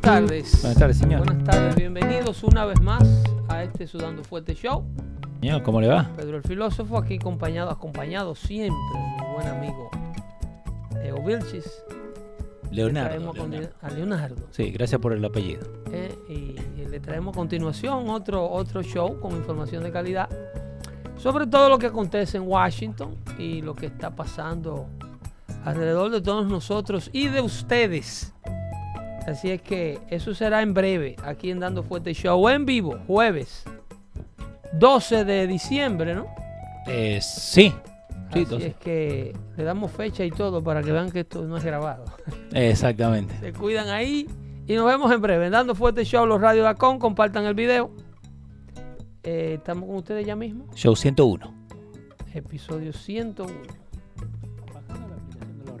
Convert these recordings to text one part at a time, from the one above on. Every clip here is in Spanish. tardes. Buenas tardes, señor. Buenas tardes, bienvenidos una vez más a este Sudando Fuerte Show. Señor, ¿cómo le va? Pedro el Filósofo, aquí acompañado, acompañado siempre de mi buen amigo Leo Vilchis. Le Leonardo. traemos a Leonardo. continu- a Leonardo. Sí, gracias por el apellido. eh, y, y le traemos a continuación otro, otro show con información de calidad sobre todo lo que acontece en Washington y lo que está pasando alrededor de todos nosotros y de ustedes. Así es que eso será en breve, aquí en Dando Fuerte Show en vivo, jueves 12 de diciembre, ¿no? Eh, sí. Sí, Así entonces. es que le damos fecha y todo para que vean que esto no es grabado. Exactamente. Se cuidan ahí y nos vemos en breve. En Dando Fuerte Show, los Radio Dacón, compartan el video. Eh, estamos con ustedes ya mismo. Show 101. Episodio 101. Bajando la aplicación de los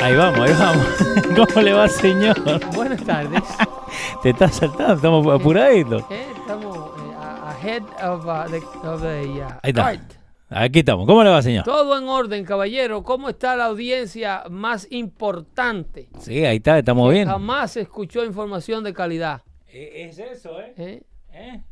Ahí vamos, ahí vamos. ¿Cómo le va, señor? Buenas tardes. Te estás saltando, estamos apuraditos. Eh, Estamos eh, a- ahead of uh, the, of the, uh, Ahí está. cart. Aquí estamos. ¿Cómo le va, señor? Todo en orden, caballero. ¿Cómo está la audiencia más importante? Sí, ahí está, estamos bien. Jamás se escuchó información de calidad. Es eso, ¿eh?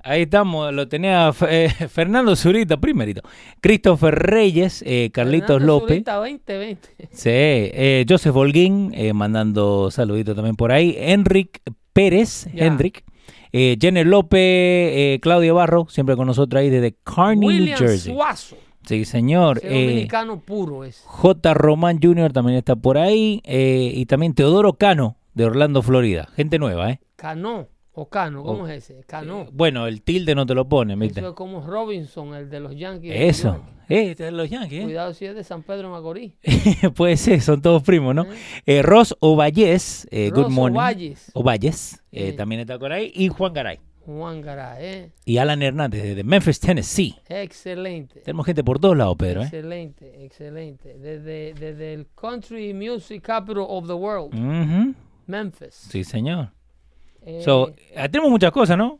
Ahí estamos, lo tenía eh, Fernando Zurita, primerito. Christopher Reyes, eh, Carlitos Fernando López. Zurita, 2020. Sí, eh, Joseph Holguín eh, mandando saluditos también por ahí. Enric Pérez, Ya. Enric. Eh, Jenner López, eh, Claudia Barro, siempre con nosotros ahí desde Kearney, William New Jersey. Suazo. Sí, señor. ese Eh, dominicano puro es. J. Román Jr. también está por ahí. eh, y también Teodoro Cano, de Orlando, Florida. Gente nueva, ¿eh? Cano o Cano, ¿cómo O- es ese? Cano. Bueno, el tilde no te lo pone, ¿viste? Eso es como Robinson, el de los Yankees. de New Eso. York. Eh, este es de los Yankees, ¿eh? Cuidado si es de San Pedro Macorís. Puede ser, son todos primos, ¿no? Eh, Ross Ovalles, eh, Ross Good Morning. Ovalles. Ovalles, eh, Sí. también está por ahí. Y Juan Garay. Juan Garay, ¿eh? Y Alan Hernández, desde Memphis, Tennessee. Excelente. Tenemos gente por todos lados, Pedro, ¿eh? Excelente, excelente. Desde, desde el country music capital of the world, Mm. Ujú. Memphis. Sí, señor. Eh, So, eh, tenemos muchas cosas, ¿no?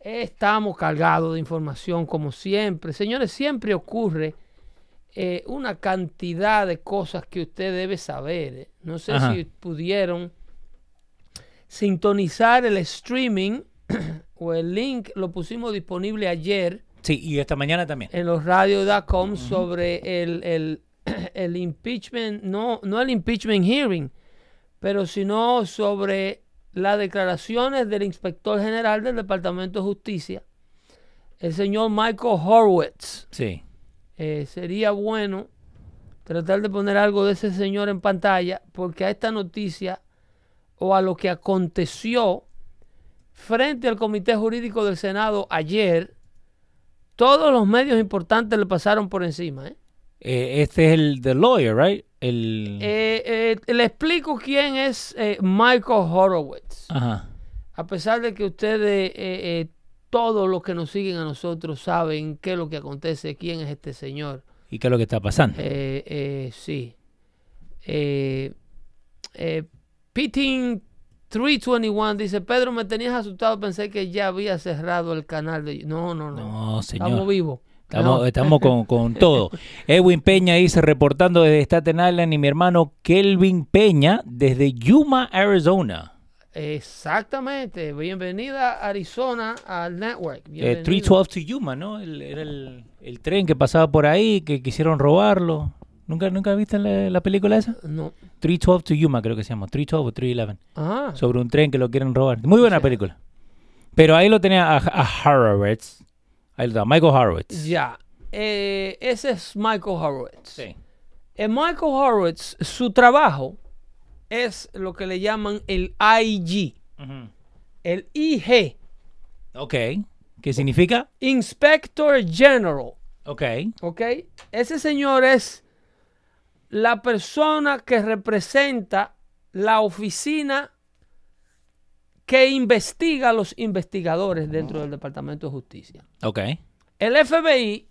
Estamos cargados de información como siempre. Señores, siempre ocurre eh, una cantidad de cosas que usted debe saber. eh. No sé Ajá. si pudieron sintonizar el streaming o el link lo pusimos disponible ayer Sí, y esta mañana también. en los radios.com sobre el, el- el impeachment, no, no el impeachment hearing, pero sino sobre las declaraciones del inspector general del Departamento de Justicia, el señor Michael Horowitz. Sí. Eh, sería bueno tratar de poner algo de ese señor en pantalla, porque a esta noticia o a lo que aconteció frente al Comité Jurídico del Senado ayer, todos los medios importantes le pasaron por encima. ¿eh? Eh, este es el The Lawyer, ¿right? El... Eh, eh, le explico quién es eh, Michael Horowitz. Ajá. A pesar de que ustedes, eh, eh, todos los que nos siguen a nosotros, saben qué es lo que acontece, quién es este señor. ¿Y qué es lo que está pasando? Eh, eh, sí. Eh, eh, Pitin 321 dice, Pedro, me tenías asustado, pensé que ya había cerrado el canal de... No, no, no. No, señor. Estamos vivos. Estamos, No. estamos con, con todo. Edwin Peña dice, reportando desde Staten Island, y mi hermano Kelvin Peña desde Yuma, Arizona. Eh, Exactamente. Bienvenida Arizona al network. Eh, Bienvenido. 312 to Yuma, ¿no? El- era el, el tren que pasaba por ahí, que quisieron robarlo. ¿Nunca, nunca viste la, la película esa? No. 312 to Yuma, creo que se llama. 312 o 311. Ah, Sobre un tren que lo quieren robar. Muy buena película. Pero ahí lo tenía a, a Horowitz. Ahí lo está, Michael Horowitz. ya. Eh, ese es Michael Horowitz. Sí. Eh, Michael Horowitz, su trabajo es lo que le llaman el IG. El IG, Ok. ¿Qué significa? Inspector General. Ok. ¿Ok? Ese señor es la persona que representa la oficina que investiga a los investigadores dentro del Departamento de Justicia. Ok. El FBI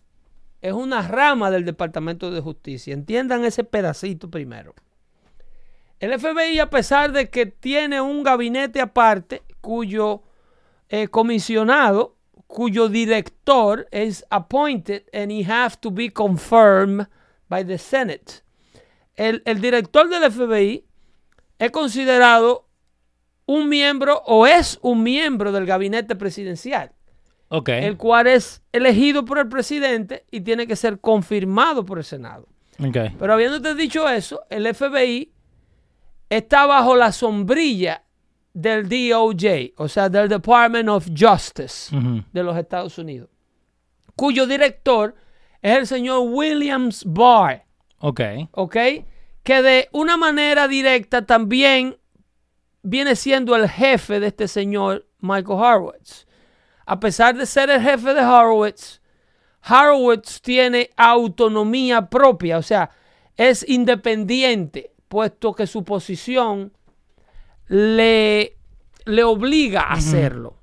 es una rama del Departamento de Justicia. Entiendan ese pedacito primero. El FBI, a pesar de que tiene un gabinete aparte, cuyo eh, comisionado, cuyo director es appointed and he have to be confirmed by the Senate. El, el director del FBI es considerado un miembro o es un miembro del gabinete presidencial Ok. el cual es elegido por el presidente y tiene que ser confirmado por el Senado. Ok. Pero habiéndote dicho eso, el FBI está bajo la sombrilla del DOJ, o sea, del Department of Justice Ujú. de los Estados Unidos, cuyo director es el señor Williams Barr, Ok. ¿ok? Que de una manera directa también viene siendo el jefe de este señor Michael Horowitz. A pesar de ser el jefe de Horowitz, Horowitz tiene autonomía propia, o sea, es independiente, puesto que su posición le, le obliga a hacerlo.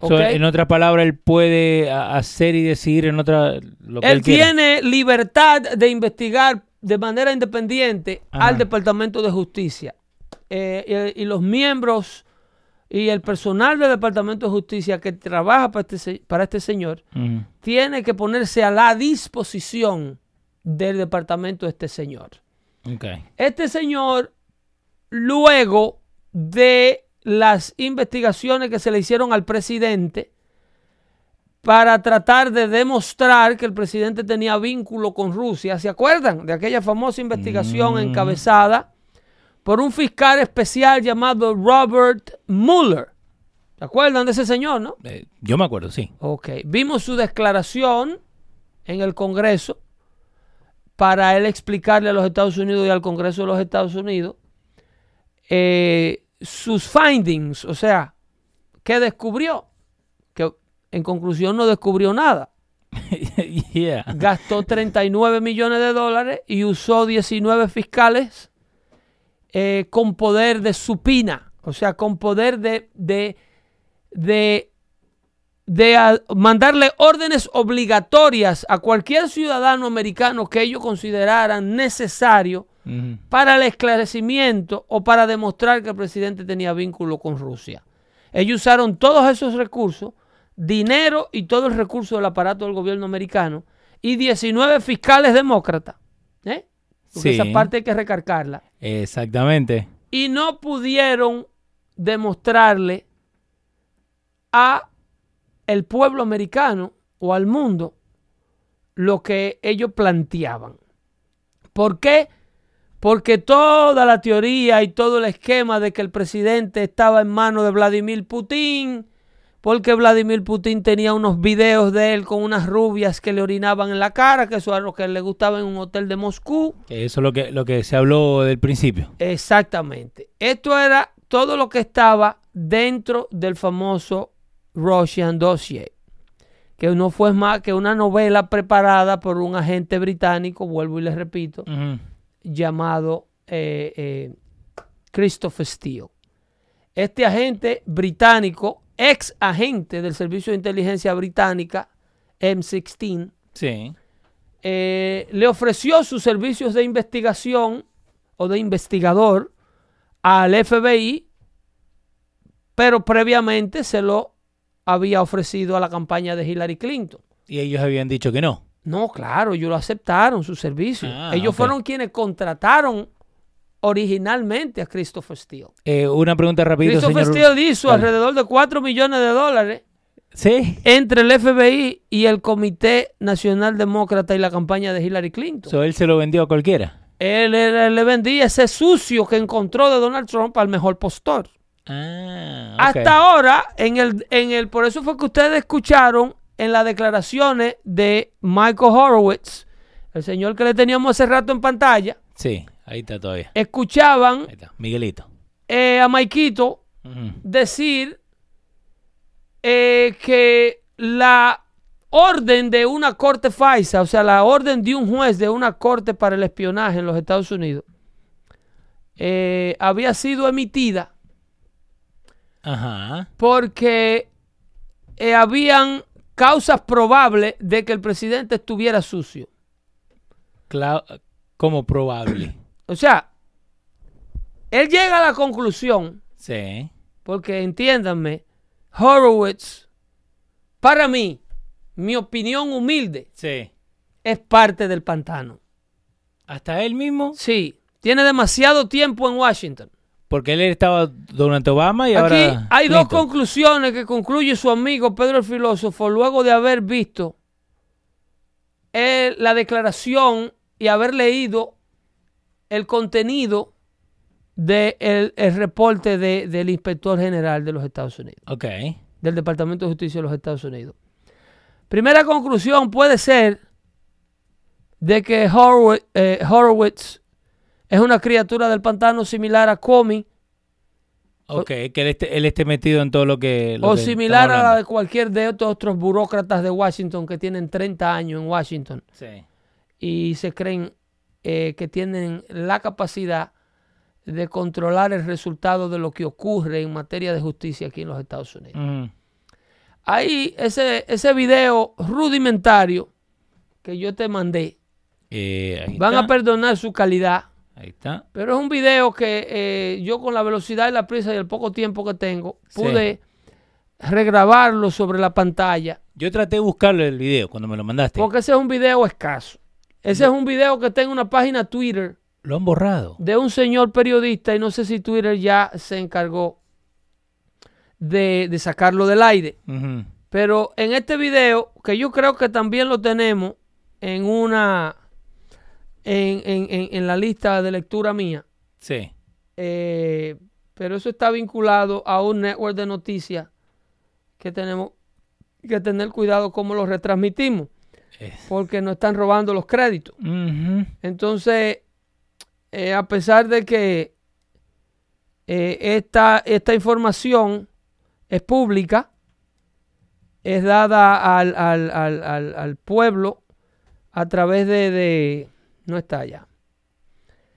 So, ¿ok? en otras palabras, él puede a- hacer y decidir en otra lo que él, Él quiera. tiene libertad de investigar de manera independiente Ajá. al Departamento de Justicia. Eh, y, y los miembros y el personal del Departamento de Justicia que trabaja para este, se- para este señor Ujú. tiene que ponerse a la disposición del departamento de este señor. Ok. Este señor, luego de las investigaciones que se le hicieron al presidente para tratar de demostrar que el presidente tenía vínculo con Rusia, ¿se acuerdan de aquella famosa investigación Mm. encabezada por un fiscal especial llamado Robert Mueller? ¿Se acuerdan de ese señor, no? Eh, yo me acuerdo, sí. Ok, vimos su declaración en el Congreso para él explicarle a los Estados Unidos y al Congreso de los Estados Unidos eh, sus findings, o sea, qué descubrió, que en conclusión no descubrió nada. yeah. Gastó 39 millones de dólares y usó 19 fiscales eh, con poder de supina, o sea, con poder de, de, de, de, ah, mandarle órdenes obligatorias a cualquier ciudadano americano que ellos consideraran necesario Ujú. para el esclarecimiento o para demostrar que el presidente tenía vínculo con Rusia. Ellos usaron todos esos recursos, dinero y todo el recurso del aparato del gobierno americano y 19 fiscales demócratas. ¿eh? Porque Sí. esa parte hay que recargarla. Exactamente. Y no pudieron demostrarle a el pueblo americano o al mundo lo que ellos planteaban. ¿Por qué? Porque toda la teoría y todo el esquema de que el presidente estaba en manos de Vladimir Putin, porque Vladimir Putin tenía unos videos de él con unas rubias que le orinaban en la cara, que eso era lo que le gustaba en un hotel de Moscú. Que Eso es lo que, lo que se habló del principio. Exactamente. Esto era todo lo que estaba dentro del famoso Russian Dossier, que no fue más que una novela preparada por un agente británico, vuelvo y les repito, Ujú. llamado eh, eh, Christopher Steele. Este agente británico, ex agente del Servicio de Inteligencia Británica, M16, Sí. eh, le ofreció sus servicios de investigación o de investigador al FBI pero previamente se lo había ofrecido a la campaña de Hillary Clinton. Y ellos habían dicho que no. No, claro, ellos lo aceptaron, su servicio. Ah, ellos ok. fueron quienes contrataron originalmente a Christopher Steele. Eh, una pregunta rapidito, Christopher señor. Steele hizo Dale. alrededor de 4 millones de dólares Sí. entre el FBI y el Comité Nacional Demócrata y la campaña de Hillary Clinton. So, él se lo vendió a cualquiera. él, era- le vendía ese sucio que encontró de Donald Trump al mejor postor. Ah, Hasta ahora, en el, en el, por eso fue que ustedes escucharon en las declaraciones de Michael Horowitz, el señor que le teníamos hace rato en pantalla, Sí, ahí está todavía. escuchaban Ahí está, Miguelito. eh, a Maikito Ujú. decir eh, que la orden de una corte FISA, o sea, la orden de un juez de una corte para el espionaje en los Estados Unidos, eh, había sido emitida Ajá. porque eh, habían causas probables de que el presidente estuviera sucio. Cla- como probable. O sea, él llega a la conclusión, sí. porque entiéndanme, Horowitz, para mí, mi opinión humilde, Sí. es parte del pantano. Hasta él mismo. Sí, tiene demasiado tiempo en Washington. Porque él estaba durante Obama y Aquí ahora. hay dos Clinton. conclusiones que concluye su amigo Pedro el Filósofo luego de haber visto eh, la declaración y haber leído el contenido del el reporte de- del inspector general de los Estados Unidos, Ok. del Departamento de Justicia de los Estados Unidos. Primera conclusión puede ser de que Horowitz, eh, Horowitz es una criatura del pantano similar a Comey Ok, que él esté, él esté metido en todo lo que. lo Oh. O que similar estamos a la de hablando. cualquier de estos otros burócratas de Washington que tienen 30 años en Washington Sí. y se creen eh, que tienen la capacidad de controlar el resultado de lo que ocurre en materia de justicia aquí en los Estados Unidos. Ujú. Ahí ese, ese video rudimentario que yo te mandé, Eh, ahí van a está. perdonar su calidad, Ahí está. pero es un video que eh, yo con la velocidad y la prisa y el poco tiempo que tengo Sí. pude regrabarlo sobre la pantalla. Yo traté de buscarlo el video cuando me lo mandaste. Porque ese es un video escaso. Ese es un video que está en una página Twitter Lo han borrado. de un señor periodista y no sé si Twitter ya se encargó de, de sacarlo del aire. Ujú. Pero en este video, que yo creo que también lo tenemos en una... en, en- en- en la lista de lectura mía, Sí. eh, pero eso está vinculado a un network de noticias que tenemos que tener cuidado cómo lo retransmitimos, Es- porque nos están robando los créditos. Ujú. Entonces, eh, a pesar de que eh, esta, esta información es pública, es dada al, al- al- al- al pueblo a través de, de- No está allá.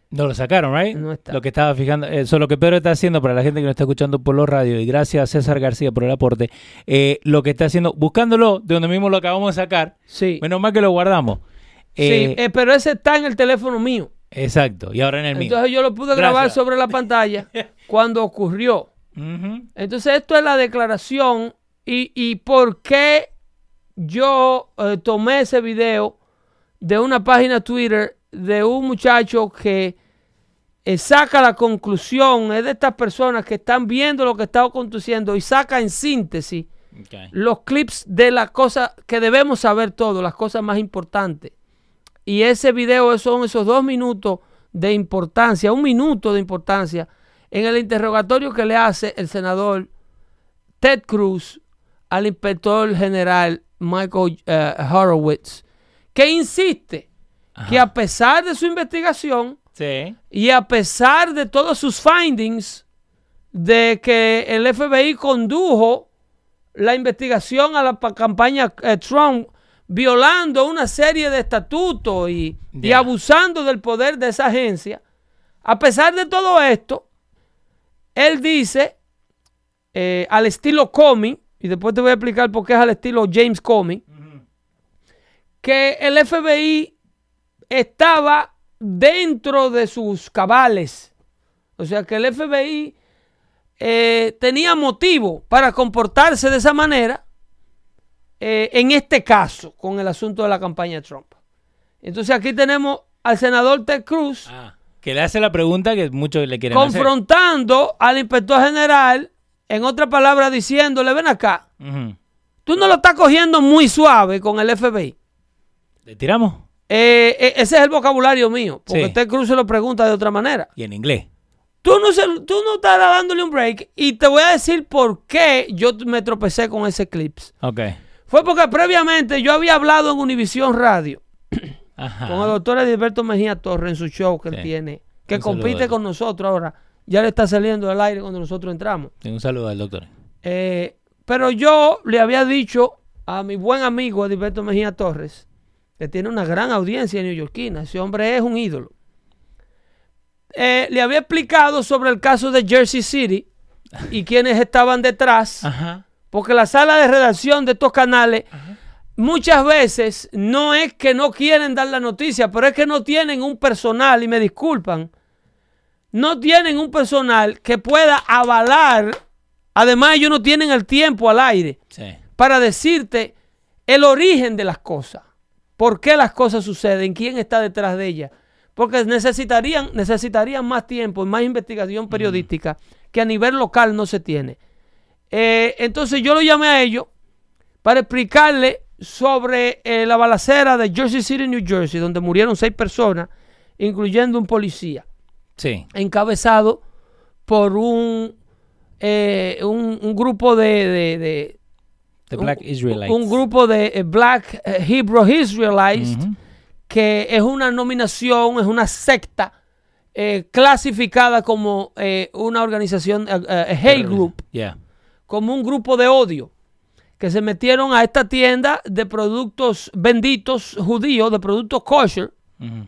No lo sacaron, ¿right? No está. Lo que estaba fijando, eso lo que Pedro está haciendo para la gente que nos está escuchando por los radios, y gracias a César García por el aporte, eh, lo que está haciendo, buscándolo de donde mismo lo acabamos de sacar, Sí. menos mal que lo guardamos. sí, Eh, eh, pero ese está en el teléfono mío. exacto, y ahora en el mío. Entonces yo lo pude Gracias. grabar sobre la pantalla cuando ocurrió. Ujú. Entonces, esto es la declaración y, y por qué yo eh, tomé ese video de una página Twitter de un muchacho que eh, saca la conclusión, es de estas personas que están viendo lo que está aconteciendo y saca en síntesis Ok. los clips de las cosas que debemos saber todos, las cosas más importantes. Y ese video son esos dos minutos de importancia, un minuto de importancia en el interrogatorio que le hace el senador Ted Cruz al inspector general Michael eh, Horowitz, que insiste que a pesar de su investigación, Sí. y a pesar de todos sus findings de que el FBI condujo la investigación a la pa- campaña eh, Trump violando una serie de estatutos y, y Ya. abusando del poder de esa agencia, a pesar de todo esto, él dice eh, al estilo Comey, y después te voy a explicar por qué es al estilo James Comey, que el FBI estaba dentro de sus cabales. O sea que el FBI eh, tenía motivo para comportarse de esa manera eh, en este caso con el asunto de la campaña de Trump. Entonces aquí tenemos al senador Ted Cruz Ah, que le hace la pregunta que muchos le quieren confrontando al inspector general, en otra palabra diciéndole, ven acá, hacer. Ujú. tú no lo estás cogiendo muy suave con el FBI. Le tiramos. Eh, e- ese es el vocabulario mío, porque Sí. usted Cruz se lo pregunta de otra manera. Y en inglés. Tú no, se- tú no estás dándole un break y te voy a decir por qué yo me tropecé con ese clip. Ok. Fue porque previamente yo había hablado en Univisión Radio Ajá. con el doctor Edilberto Mejía Torres en su show que él Sí. tiene, que Un saludo a compite él. con nosotros ahora. Ya le está saliendo del aire cuando nosotros entramos. Un saludo al doctor. Eh, pero yo le había dicho a mi buen amigo Edilberto Mejía Torres, que tiene una gran audiencia neoyorquina, ese hombre es un ídolo. Eh, le había explicado sobre el caso de Jersey City y quienes estaban detrás, Ajá. porque la sala de redacción de estos canales muchas veces no es que no quieren dar la noticia, pero es que no tienen un personal, y me disculpan, no tienen un personal que pueda avalar, además ellos no tienen el tiempo al aire Sí. para decirte el origen de las cosas, por qué las cosas suceden, quién está detrás de ellas, porque necesitarían, necesitarían más tiempo y más investigación periodística que a nivel local no se tiene. Eh, entonces yo lo llamé a ellos para explicarle sobre eh, la balacera de Jersey City, New Jersey, donde murieron seis personas, incluyendo un policía Sí. encabezado por un, eh, un, un grupo de, de- de- The un- Black Israelites. Un grupo de eh, Black eh, Hebrew Israelites, Ujú. que es una nominación, es una secta eh, clasificada como eh, una organización, eh, eh, hate group, Yeah. como un grupo de odio, que se metieron a esta tienda de productos benditos judíos, de productos kosher, Ujú.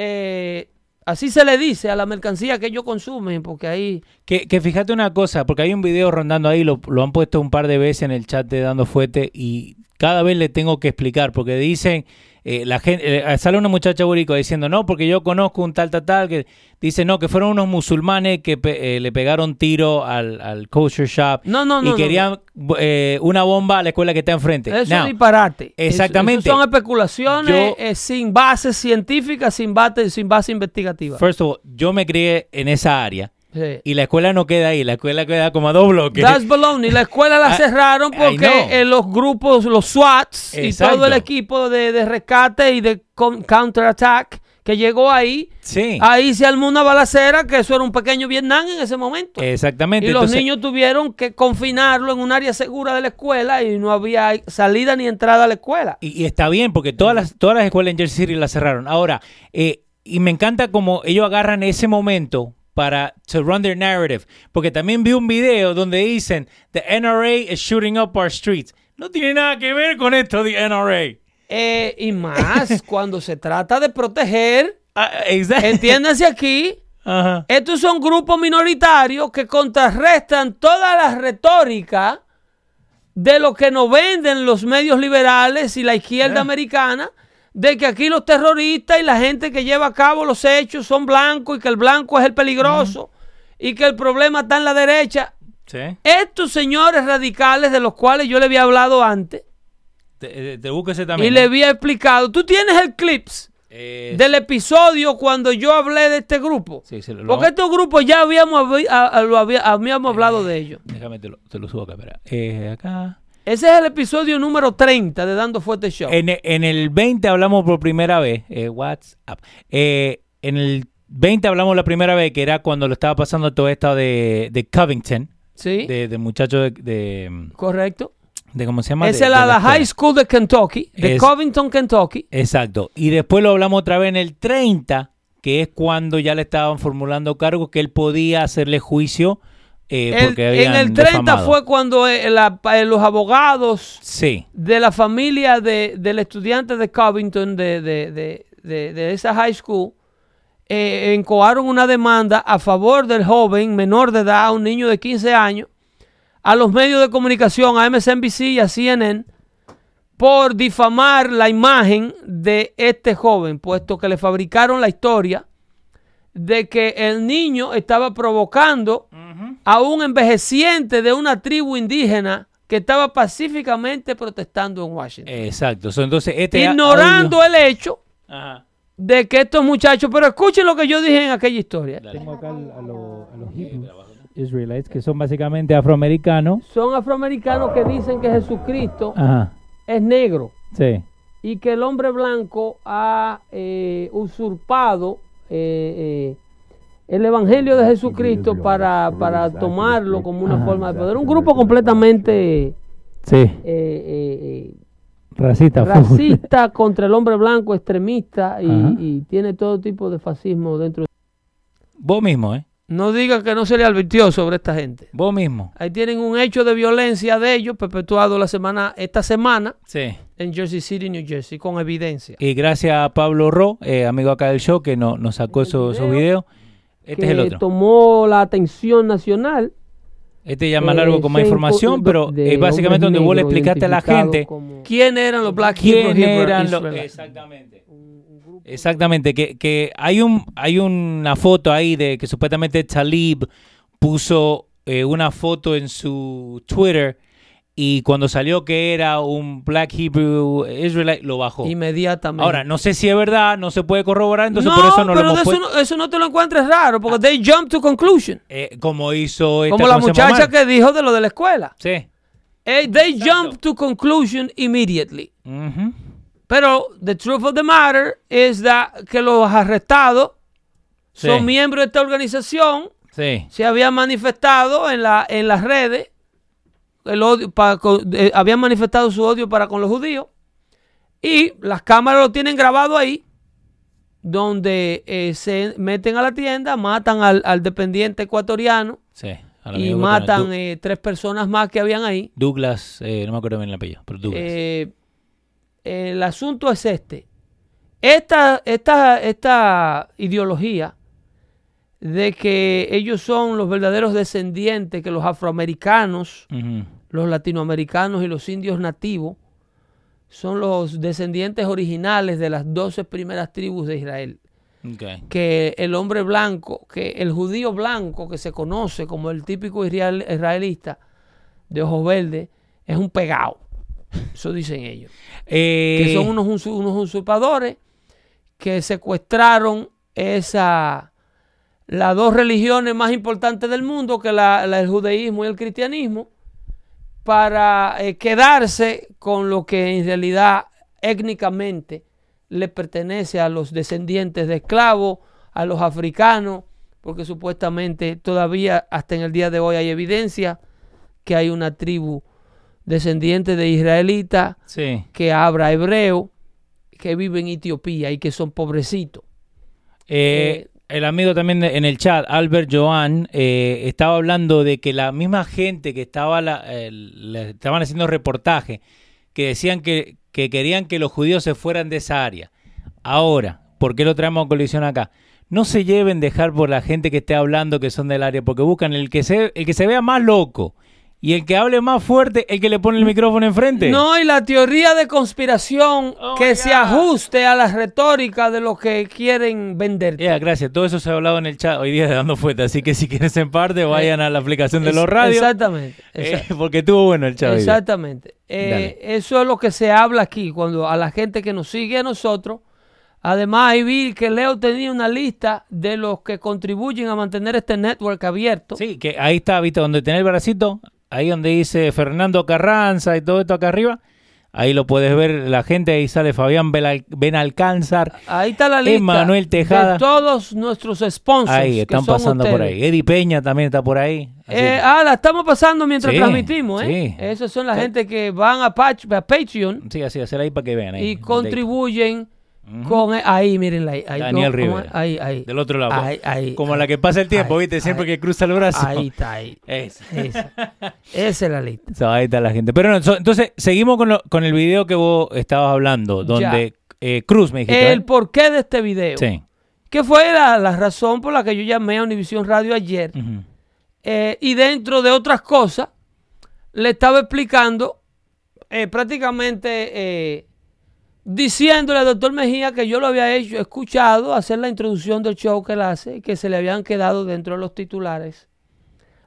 eh, así se le dice a la mercancía que ellos consumen, porque ahí Que, que fíjate una cosa, porque hay un video rondando ahí, lo, lo han puesto un par de veces en el chat de Dando Fuete y cada vez le tengo que explicar, porque dicen, eh, la gente, eh, sale una muchacha borico diciendo, no, porque yo conozco un tal, tal, tal, que dice, no, que fueron unos musulmanes que pe- eh, le pegaron tiro al, al kosher shop No, no, y no, no, querían eh, una bomba a la escuela que está enfrente. eso Now, es disparate. Eso- exactamente. eso son especulaciones Yo- eh, sin base científica, sin base, sin base investigativa. First of all, yo me crié en esa área Sí. y la escuela no queda ahí, la escuela queda como a dos bloques. That's baloney. La escuela la I- cerraron I porque know. eh, los grupos, los SWATs y todo Exacto. el equipo de, de rescate y de con- counterattack que llegó ahí, Sí, ahí se armó una balacera que eso era un pequeño Vietnam en ese momento. exactamente. Y los Eh, Entonces- niños tuvieron que confinarlo en un área segura de la escuela y no había salida ni entrada a la escuela. Y, y está bien, porque todas las, todas las escuelas en Jersey City las cerraron. Ahora, eh, y me encanta como ellos agarran ese momento para to run their narrative. Porque también vi un video donde dicen, the NRA is shooting up our streets. No tiene nada que ver con esto, the NRA. Eh, y más cuando se trata de proteger, Ah, exacto. entiéndase aquí, Ajá. estos son grupos minoritarios que contrarrestan toda la retórica de lo que nos venden los medios liberales y la izquierda americana, de que aquí los terroristas y la gente que lleva a cabo los hechos son blancos y que el blanco es el peligroso y que el problema está en la derecha. Sí. Estos señores radicales de los cuales yo le había hablado antes Te, te- te busco ese y también. le había explicado, tú tienes el clips Eh, del episodio cuando yo hablé de este grupo. sí, se lo- Eh, Porque estos grupos ya habíamos, habi- a- a- lo había- habíamos hablado de ellos. Déjame, te lo, te lo subo acá, espera. Eh, acá. Ese es el episodio número 30 de Dando Fuerte Show. En, e- en el 20 hablamos por primera vez, eh, WhatsApp. Eh, en el 20 hablamos la primera vez, que era cuando lo estaba pasando todo esto de, de Covington, ¿Sí? de, de muchacho de, de, Correcto. de- ¿Cómo se llama? Esa De- es de la, la escuela. High School de Kentucky, de Es- Covington, Kentucky. Exacto. Y después lo hablamos otra vez en el 30, que es cuando ya le estaban formulando cargos que él podía hacerle juicio eh, El- porque en habían el 30 defamado. fue cuando eh, la- eh, los abogados Sí. de la familia de- del estudiante de Covington, de, de- de- de- de esa high school, eh, encoaron una demanda a favor del joven menor de edad, un niño de 15 años, a los medios de comunicación, a MSNBC y a CNN, por difamar la imagen de este joven, puesto que le fabricaron la historia de que el niño estaba provocando a un envejeciente de una tribu indígena que estaba pacíficamente protestando en Washington. Exacto. So, entonces, Eh, este a- ignorando audio- el hecho Ajá. de que estos muchachos, pero escuchen lo que yo dije en aquella historia, Tengo acá al- a, lo- a los Hebrews, Israelites, que son básicamente afroamericanos. son afroamericanos que dicen que Jesucristo Ajá, es negro sí. y que el hombre blanco ha eh, usurpado eh, eh, el evangelio de Jesucristo para, para tomarlo como una Ajá. forma de poder. Un grupo completamente eh, Sí, eh, eh, racista. full. racista contra el hombre blanco, extremista Ajá. y, y tiene todo tipo de fascismo dentro. Vos mismo, ¿eh? No diga que no se le advirtió sobre esta gente. Vos mismo. Ahí tienen un hecho de violencia de ellos perpetuado la semana, esta semana Sí. en Jersey City, New Jersey, con evidencia. Y gracias a Pablo Ro, eh, amigo acá del show, que no- nos sacó esos esos videos. Este es que el otro. tomó la atención nacional. Este ya es más eh, largo con más se información, incu- pero de es básicamente hombres donde vos le negros explicaste a la identificados gente como- quién eran los Black Hebrew quién Hebrew eran los... Israelites. Exactamente. Exactamente, que, que hay, un, hay una foto ahí de que supuestamente Talib puso eh, una foto en su Twitter y cuando salió que era un Black Hebrew Israelite, lo bajó. Inmediatamente. Ahora, no sé si es verdad, no se puede corroborar, entonces por eso no lo pero hemos de eso, puesto. no, eso no te lo encuentres raro, porque they jump to conclusion. Eh, como hizo esta Como la ¿cómo se llama? muchacha que dijo de lo de la escuela. Sí. Eh, they jump to conclusion immediately. Ujú. Pero the truth of the matter is that que los arrestados Sí. son miembros de esta organización, Sí. se habían manifestado en, la, en las redes, el odio para con- eh, habían manifestado su odio para con los judíos, y las cámaras lo tienen grabado ahí, donde eh, se meten a la tienda, matan al, al dependiente ecuatoriano Sí. Al y amigo que matan tenía- Du- eh, tres personas más que habían ahí. Douglas, eh, no me acuerdo bien el apellido, pero Douglas. Eh, el asunto es este. Esta, esta, esta ideología de que ellos son los verdaderos descendientes, que los afroamericanos, Ujú. los latinoamericanos y los indios nativos son los descendientes originales de las 12 primeras tribus de Israel. Ok. Que el hombre blanco, que el judío blanco que se conoce como el típico israel- israelita de ojos verdes, es un pegado. Eso dicen ellos Eh, que son unos, usu- unos usurpadores que secuestraron esa las dos religiones más importantes del mundo, que la, la- el judaísmo y el cristianismo, para eh, quedarse con lo que en realidad étnicamente le pertenece a los descendientes de esclavos, a los africanos, porque supuestamente todavía hasta en el día de hoy hay evidencia que hay una tribu descendiente de israelitas Sí. que habla hebreo, que vive en Etiopía y que son pobrecitos. Eh, el amigo también de- en el chat, Albert Joan, eh, estaba hablando de que la misma gente que estaba la- eh, le estaban haciendo reportaje, que decían que, que querían que los judíos se fueran de esa área. Ahora, ¿por qué lo traemos a colisión acá? No se lleven dejar por la gente que esté hablando que son del área, porque buscan el que se, el que se vea más loco y el que hable más fuerte, el que le pone el micrófono enfrente. No, y la teoría de conspiración Oh, que yeah. se ajuste a la retórica de lo que quieren venderte. Ya, gracias. Todo eso se ha hablado en el chat hoy día de Dando Fuerte. Así que si quieres en parte, vayan a la aplicación de los Eh, Es- radios. Exactamente. Eh, exact- porque estuvo bueno el chat. hoy día. exactamente. Eh, eso es lo que se habla aquí, cuando a la gente que nos sigue a nosotros. Además, ahí vi que Leo tenía una lista de los que contribuyen a mantener este network abierto. Sí, que ahí está, viste, donde tenés el bracito, ahí donde dice Fernando Carranza y todo esto acá arriba. Ahí lo puedes ver la gente, ahí sale Fabián Belal- Benalcánzar. Ahí está la lista Emmanuel Tejada. de todos nuestros sponsors. Ahí que están son pasando por ustedes. ahí. Eddie Peña también está por ahí. Así Eh, que- ah, la estamos pasando mientras Sí, transmitimos, ¿eh? sí. Esas son la gente que van a, Patch- a Patreon sí, así, hacer ahí para que vean. eh, Ahí, y contribuyen con... eh, Ahí, mírenla. Ahí, ahí, Daniel ¿cómo es? Rivera. Ahí, ahí. Del otro lado. Ahí, ahí, Como ahí, la que pasa el tiempo, ahí, viste, siempre ahí, que cruza el brazo. Ahí está, ahí. Esa. Esa. Esa es la lista. So, ahí está la gente. Pero no, so- entonces seguimos con, lo- con el video que vos estabas hablando, donde eh, Cruz me dijiste. El ¿verdad? porqué de este video. Sí. Que fue la, la razón por la que yo llamé a Univision Radio ayer. Ujú. Eh, y dentro de otras cosas, le estaba explicando eh, prácticamente eh, diciéndole al doctor Mejía que yo lo había hecho, escuchado hacer la introducción del show que él hace y que se le habían quedado dentro de los titulares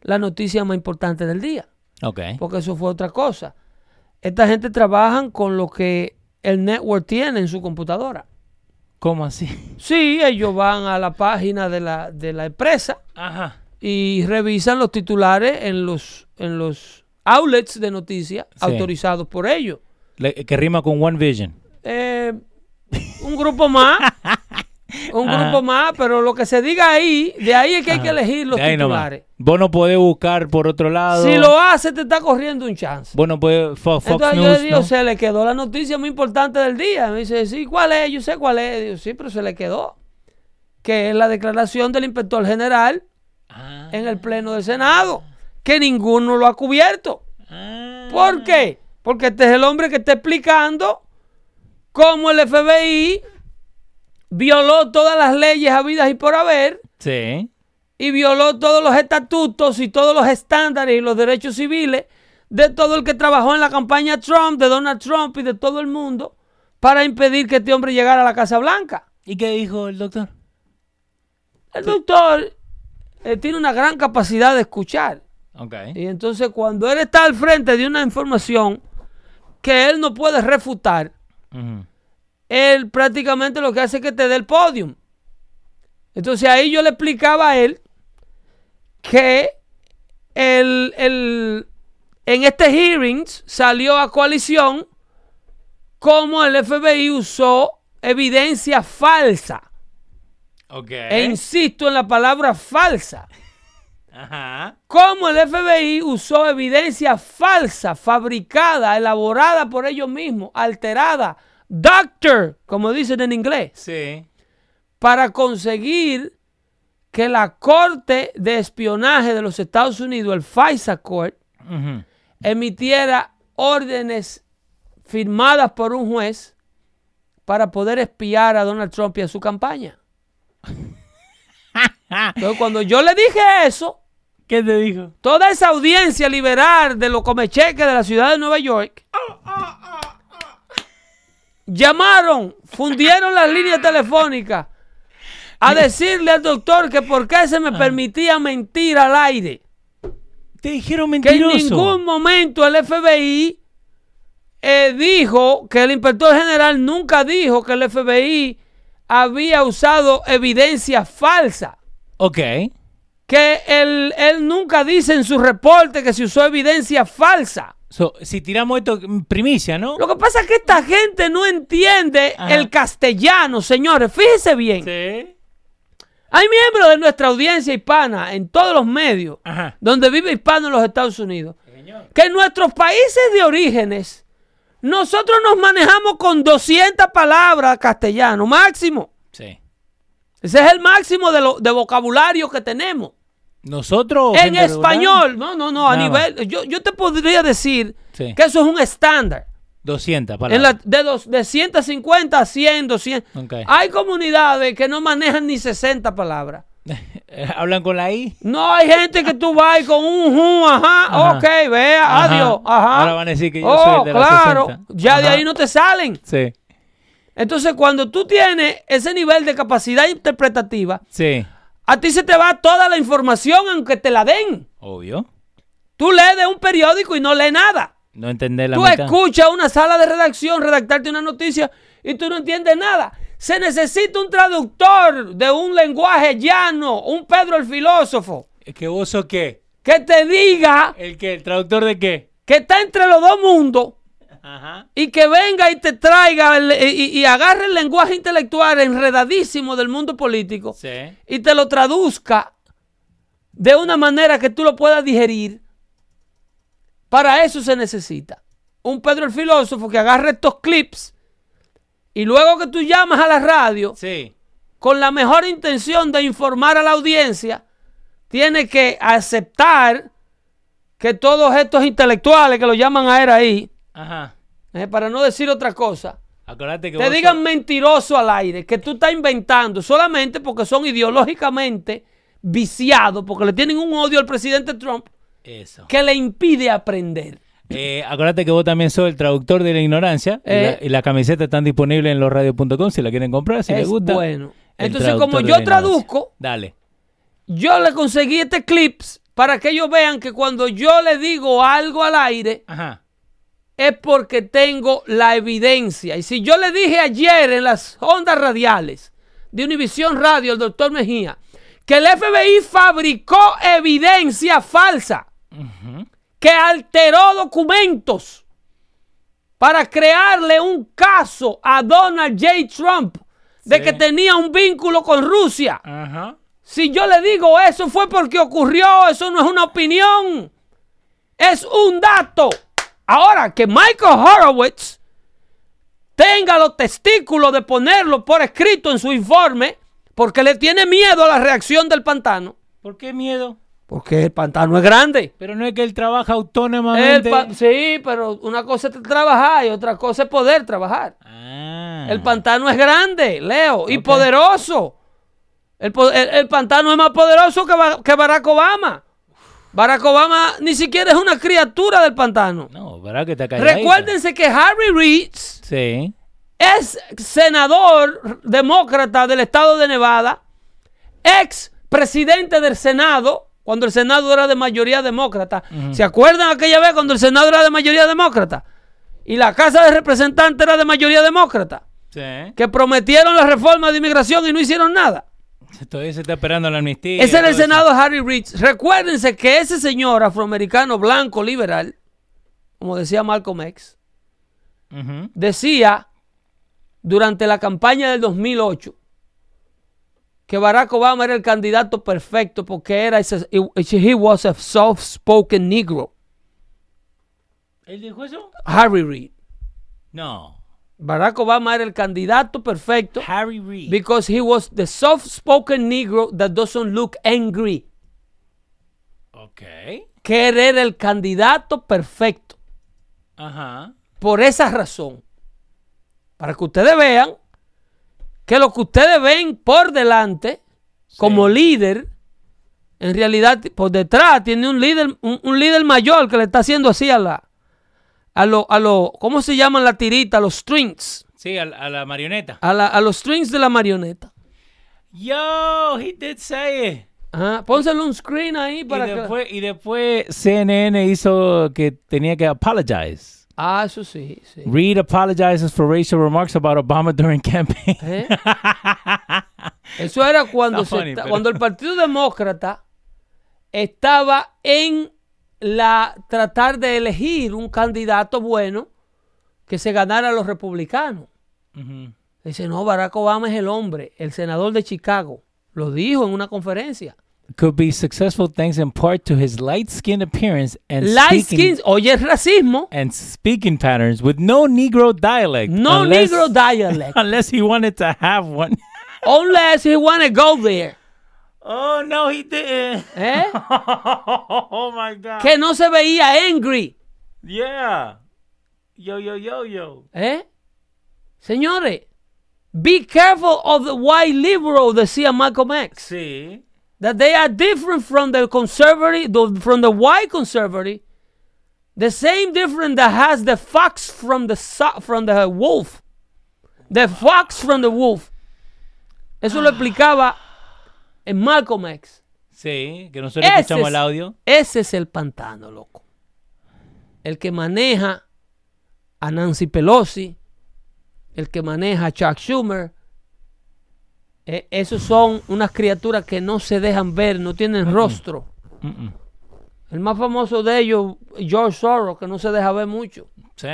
la noticia más importante del día, Ok. porque eso fue otra cosa. Esta gente trabajan con lo que el network tiene en su computadora. ¿Cómo así? Sí, ellos van a la página de la, de la empresa Ajá. y revisan los titulares en los, en los outlets de noticias Sí. autorizados por ellos. Le- que rima con One Vision. Eh, un grupo más. Un Ajá. grupo más, pero lo que se diga ahí, de ahí es que hay que elegir los De ahí nomás. titulares. Vos no podés buscar por otro lado. Si lo hace, te está corriendo un chance. Vos no podés. Fo- Fox Entonces News. yo le digo, ¿no? se le quedó la noticia muy importante del día. Me dice, sí, ¿cuál es? Yo sé cuál es. Digo, sí, pero se le quedó. Que es la declaración del inspector general en el Pleno del Senado, que ninguno lo ha cubierto. ¿Por qué? Porque este es el hombre que está explicando cómo el FBI violó todas las leyes habidas y por haber Sí. y violó todos los estatutos y todos los estándares y los derechos civiles de todo el que trabajó en la campaña Trump, de Donald Trump y de todo el mundo para impedir que este hombre llegara a la Casa Blanca. ¿Y qué dijo el doctor? El doctor eh, tiene una gran capacidad de escuchar. Ok. Y entonces cuando él está al frente de una información que él no puede refutar, Ujú. él prácticamente lo que hace es que te dé el podium. Entonces ahí yo le explicaba a él que el, el- en este hearings salió a coalición cómo el FBI usó evidencia falsa. Ok. E insisto en la palabra falsa. Ajá. Cómo el FBI usó evidencia falsa, fabricada, elaborada por ellos mismos, alterada, doctor, como dicen en inglés. Sí. para conseguir que la Corte de Espionaje de los Estados Unidos, el FISA Court, Ujú. emitiera órdenes firmadas por un juez para poder espiar a Donald Trump y a su campaña. Entonces, cuando yo le dije eso, ¿Qué te dijo? toda esa audiencia liberal de los comecheques de la ciudad de Nueva York llamaron, fundieron las líneas telefónicas a decirle al doctor que por qué se me permitía mentir al aire. Te dijeron Que mentiroso. en ningún momento el FBI eh, dijo que el inspector general nunca dijo que el FBI había usado evidencia falsa Ok. que él, él nunca dice en su reporte que se usó evidencia falsa. So, si tiramos esto, mm, primicia, ¿no? Lo que pasa es que esta gente no entiende Ajá. el castellano, señores. Fíjense bien. Sí. Hay miembros de nuestra audiencia hispana en todos los medios Ajá. donde vive hispano en los Estados Unidos. Que en nuestros países de orígenes, nosotros nos manejamos con 200 palabras castellano, máximo. Sí. Ese es el máximo de, lo- de vocabulario que tenemos. Nosotros. En gente regular, español, no, no, no, a Nada más. nivel, yo, yo te podría decir Sí. que eso es un estándar. 200 En la- palabras. de, dos- de 150 a 100, 200. Ok. Hay comunidades que no manejan ni 60 palabras. Hablan con la I. No hay gente que tú vas y con un ju, ajá, Ajá. ok, vea, Ajá. adiós, ajá. Ahora van a decir que yo Oh, soy el de los claro, 60. ya de Ajá. ahí no te salen. Sí. Entonces, cuando tú tienes ese nivel de capacidad interpretativa, Sí. a ti se te va toda la información aunque te la den. Obvio. Tú lees de un periódico y no lees nada. No entender la Tú mitad. escuchas una sala de redacción redactarte una noticia y tú no entiendes nada. Se necesita un traductor de un lenguaje llano, un Pedro el filósofo, Es que vos sos qué. que te diga ¿El qué? ¿El traductor de qué? que está entre los dos mundos Ajá. y que venga y te traiga el- y, y agarre el lenguaje intelectual enredadísimo del mundo político Sí. y te lo traduzca de una manera que tú lo puedas digerir. Para eso se necesita un Pedro el filósofo que agarre estos clips y luego que tú llamas a la radio Sí. con la mejor intención de informar a la audiencia, tiene que aceptar que todos estos intelectuales que lo llaman a él ahí, Ajá. eh, para no decir otra cosa, Acordate que te vos digan sos- mentiroso al aire, que tú estás inventando solamente porque son ideológicamente viciados, porque le tienen un odio al presidente Trump Eso. que le impide aprender. Eh, acordate que vos también sos el traductor de la ignorancia. y Eh. la- Y las camisetas están disponibles en losradio.com si la quieren comprar, si les Es gusta. bueno. El Entonces, traductor como de yo la ignorancia. traduzco, Dale. yo le conseguí este clips para que ellos vean que cuando yo le digo algo al aire Ajá. es porque tengo la evidencia. Y si yo le dije ayer en las ondas radiales de Univisión Radio, el doctor Mejía, que el FBI fabricó evidencia falsa, que alteró documentos para crearle un caso a Donald J. Trump de Sí. que tenía un vínculo con Rusia. Ajá. Si yo le digo eso fue porque ocurrió, eso no es una opinión, es un dato. Ahora que Michael Horowitz tenga los testículos de ponerlo por escrito en su informe, porque le tiene miedo a la reacción del pantano, ¿Por qué miedo? porque el pantano es grande. Pero no es que él trabaja El autónomamente. pa- sí, pero una cosa es trabajar y otra cosa es poder trabajar. Ah. El pantano es grande, Leo, y poderoso. El, po- el- el pantano es más poderoso que, Ba- que Barack Obama. Barack Obama ni siquiera es una criatura del pantano. No, ¿verdad que está calladito? Recuérdense que Harry Reid Sí. es senador demócrata del estado de Nevada, ex presidente del Senado, cuando el Senado era de mayoría demócrata. ¿Se acuerdan aquella vez cuando el Senado era de mayoría demócrata? Y la Casa de Representantes era de mayoría demócrata Sí. que prometieron la reforma de inmigración y no hicieron nada. Todavía se está esperando la amnistía. ese era el todo eso. senador Harry Reid. Recuérdense que ese señor afroamericano blanco liberal, como decía Malcolm X, Ujú. decía durante la campaña del 2008 que Barack Obama era el candidato perfecto porque era ese- he was a soft-spoken negro. ¿Él dijo eso? Harry Reid. No. Barack Obama era el candidato perfecto Harry Reid. because he was the soft-spoken negro that doesn't look angry. ok. que él era el candidato perfecto. Ajá. Por esa razón, para que ustedes vean que lo que ustedes ven por delante como líder, en realidad por detrás tiene un líder, un, un líder mayor que le está haciendo así a la, a lo, a lo, ¿cómo se llaman la tirita? A los strings, Sí, a, la- a la marioneta. a, la- a los strings de la marioneta. Yo, he did say it. Ajá, pónselo un screen ahí para y, que... después, y después CNN hizo que tenía que apologize. Ah, eso sí, sí. Reid apologizes for racial remarks about Obama during campaign. ¿Eh? Eso era cuando, Está se funny, esta- pero- cuando el Partido Demócrata estaba en la tratar de elegir un candidato bueno que se ganara a los republicanos. Ujú. Dice, no, Barack Obama es el hombre, el senador de Chicago. Lo dijo en una conferencia. Could be successful thanks in part to his light-skinned appearance and Light speaking, skins, oye, es racismo. and speaking patterns with no Negro dialect. No unless- negro dialect. Unless he wanted to have one. Unless he wanna go there. Oh, no, he didn't. ¿eh? Oh, my God. Que no se veía angry. Yeah. Yo, yo, yo, yo. ¿Eh? Señores, be careful of the white liberal, decía Malcolm X. Sí. That they are different from the conservative, the- from the white conservative. The same difference that has the fox from the, so- from the wolf. The fox from the wolf. Eso lo explicaba en Malcolm X. Sí, que nosotros Ese escuchamos es- el audio. Ese es el pantano, loco. El que maneja a Nancy Pelosi, el que maneja a Chuck Schumer. Eh, esos son unas criaturas que no se dejan ver, no tienen rostro. El más famoso de ellos, George Soros, que no se deja ver mucho. Sí.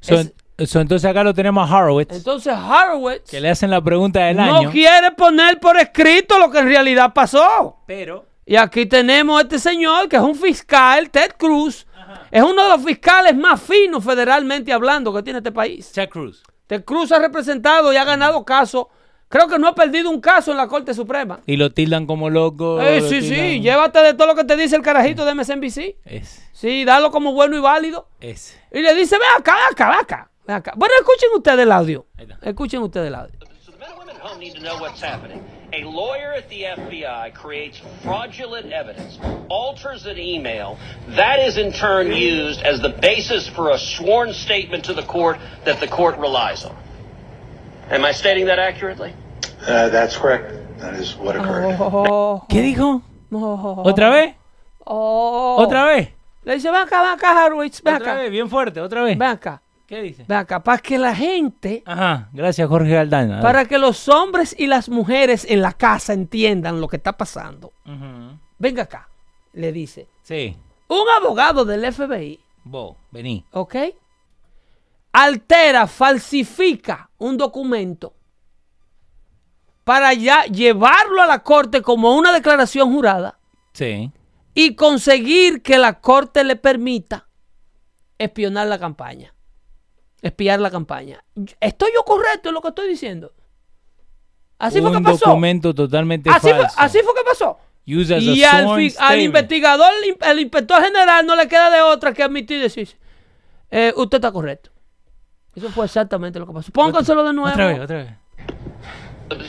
So, Es- en- so, entonces acá lo tenemos a Horowitz, Entonces Horowitz que le hacen la pregunta del no año. quiere poner por escrito lo que en realidad pasó. Pero. Y aquí tenemos a este señor que es un fiscal, Ted Cruz. Es uno de los fiscales más finos federalmente hablando que tiene este país. Chuck Cruz. Ted Cruz ha representado y ha ganado casos. Creo que no ha perdido un caso en la Corte Suprema. Y lo tildan como loco. Eh, lo sí, sí, tildan- llévate de todo lo que te dice el carajito de MSNBC. Es, Sí, dalo como bueno y válido. es. Y le dice, ve acá, ve acá, ve acá. ve acá". Bueno, escuchen ustedes el audio. Ahí está. Escuchen ustedes el audio. So the men and women at home need to know what's happening. A lawyer at the FBI creates fraudulent evidence, alters an email. That is in turn used as the basis for a sworn statement to the court that the court relies on. Am I stating that accurately? Uh, that's correct. That is what occurred. Oh, ¿Qué dijo? no. ¿Otra vez? Oh. ¿Otra vez? Le dice, ven acá, ven acá, Harwitz, ven ¿Otra acá. vez? Bien fuerte, otra vez. Ven acá, ¿Qué dice? ven acá. Para que la gente, Ajá, gracias Jorge Galdana. para que los hombres y las mujeres en la casa entiendan lo que está pasando. Ujú. Venga acá, le dice. Sí, Un abogado del FBI, vos, vení. ¿ok? Altera, falsifica un documento para ya llevarlo a la corte como una declaración jurada Sí. y conseguir que la corte le permita espionar la campaña, espiar la campaña. ¿Estoy yo correcto en lo que estoy diciendo? Así fue Un que pasó. documento totalmente Así fue, Este falso. así fue que pasó. Used as a Y al, sworn fin- al statement. investigador, el, el inspector general, no le queda de otra que admitir y decir, eh, usted está correcto. Eso fue exactamente lo que pasó. Pónganselo de nuevo. Otra vez, otra vez.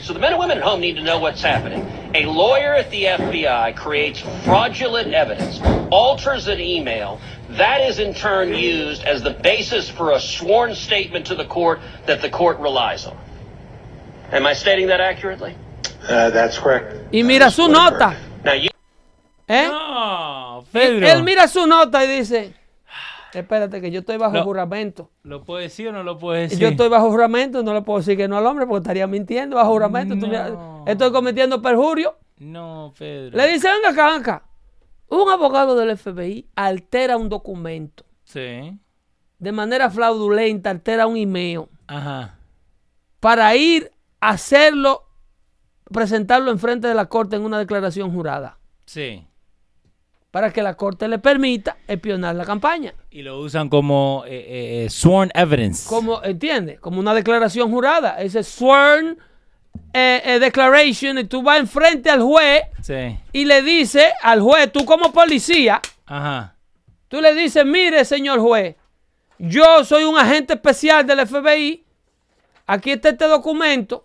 So the men and women at home need to know what's happening. A lawyer at the FBI creates fraudulent evidence, alters an email. That is in turn used as the basis for a sworn statement to the court that the court relies on. Am I stating that accurately? Uh, that's correct. Oh. Y mira su nota. Now you ¿eh? No, Él, Pedro. él mira su nota y dice, espérate que yo estoy bajo No. juramento. ¿Lo puede decir o no lo puede decir? Yo estoy bajo juramento, no le puedo decir que no al hombre porque estaría mintiendo bajo juramento. estuviera- No. estoy cometiendo perjurio. No, Pedro. Le dice, venga acá, venga acá. Un abogado del FBI altera un documento. Sí. de manera fraudulenta altera un email Ajá. para ir a hacerlo, presentarlo enfrente de la corte en una declaración jurada, Sí. para que la corte le permita espionar la campaña. Y lo usan como eh, eh, sworn evidence. Como, ¿entiendes? Como una declaración jurada. Ese sworn eh, eh, declaration, y tú vas enfrente al juez Sí. y le dices al juez, tú como policía, Ajá. Tú le dices, mire, señor juez, yo soy un agente especial del FBI. Aquí está este documento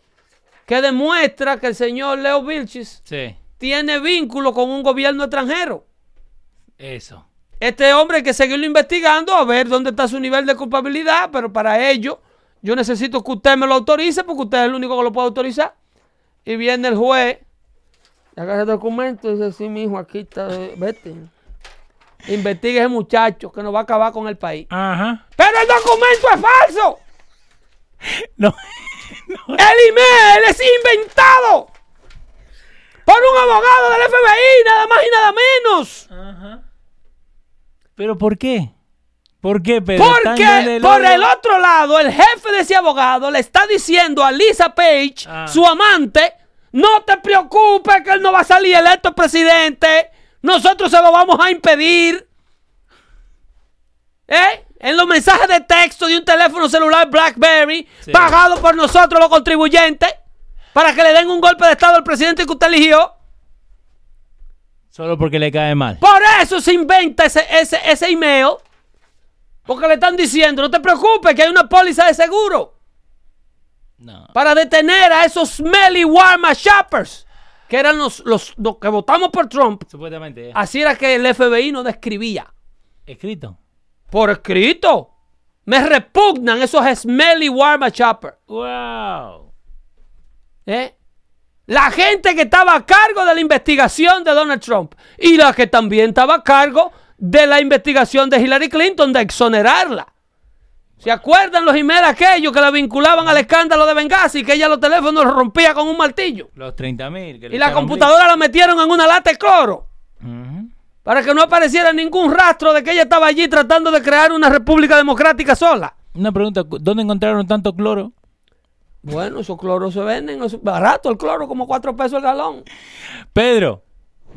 que demuestra que el señor Leo Vilchis Sí. tiene vínculo con un gobierno extranjero. Eso. Este hombre hay que seguirlo investigando a ver dónde está su nivel de culpabilidad, pero para ello yo necesito que usted me lo autorice porque usted es el único que lo puede autorizar. Y viene el juez, y agarra el documento y dice, sí, mijo, aquí está, eh, vete. Investigue ese muchacho que nos va a acabar con el país. Ajá. ¡Pero el documento es falso! No. ¡El email es inventado! ¡Por un abogado del FBI, nada más y nada menos! ¿Pero por qué? ¿Por qué, Pedro? Están Porque dándole por el oro. otro lado, el jefe de ese abogado le está diciendo a Lisa Page, Ah. su amante, no te preocupes que él no va a salir electo presidente. Nosotros se lo vamos a impedir. ¿Eh? En los mensajes de texto de un teléfono celular BlackBerry, Sí. pagado por nosotros los contribuyentes, para que le den un golpe de estado al presidente que usted eligió. Solo porque le cae mal. Por eso se inventa ese, ese, ese email. Porque le están diciendo, no te preocupes, que hay una póliza de seguro No. para detener a esos smelly warma shoppers, que eran los, los, los que votamos por Trump. Supuestamente. eh. Así era que el FBI no describía. Escrito. Por escrito. Me repugnan esos smelly warma shoppers. ¡Wow! ¿eh? La gente que estaba a cargo de la investigación de Donald Trump y la que también estaba a cargo de la investigación de Hillary Clinton de exonerarla. ¿Se acuerdan los emails aquellos que la vinculaban al escándalo de Benghazi que ella los teléfonos los rompía con un martillo? Los 30.000. que le Y la echaron computadora la metieron en una lata de cloro blitz. Ujú. para que no apareciera ningún rastro de que ella estaba allí tratando de crear una república democrática sola. Una pregunta. ¿cu- ¿Dónde encontraron tanto cloro? Bueno, esos cloros se venden, es barato el cloro, como cuatro pesos el galón. Pedro,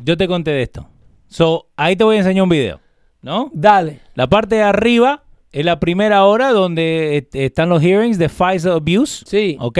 yo te conté de esto. So, ahí te voy a enseñar un video, ¿no? Dale. La parte de arriba es la primera hora donde est- están los hearings de FISA Abuse. Sí. ¿Ok?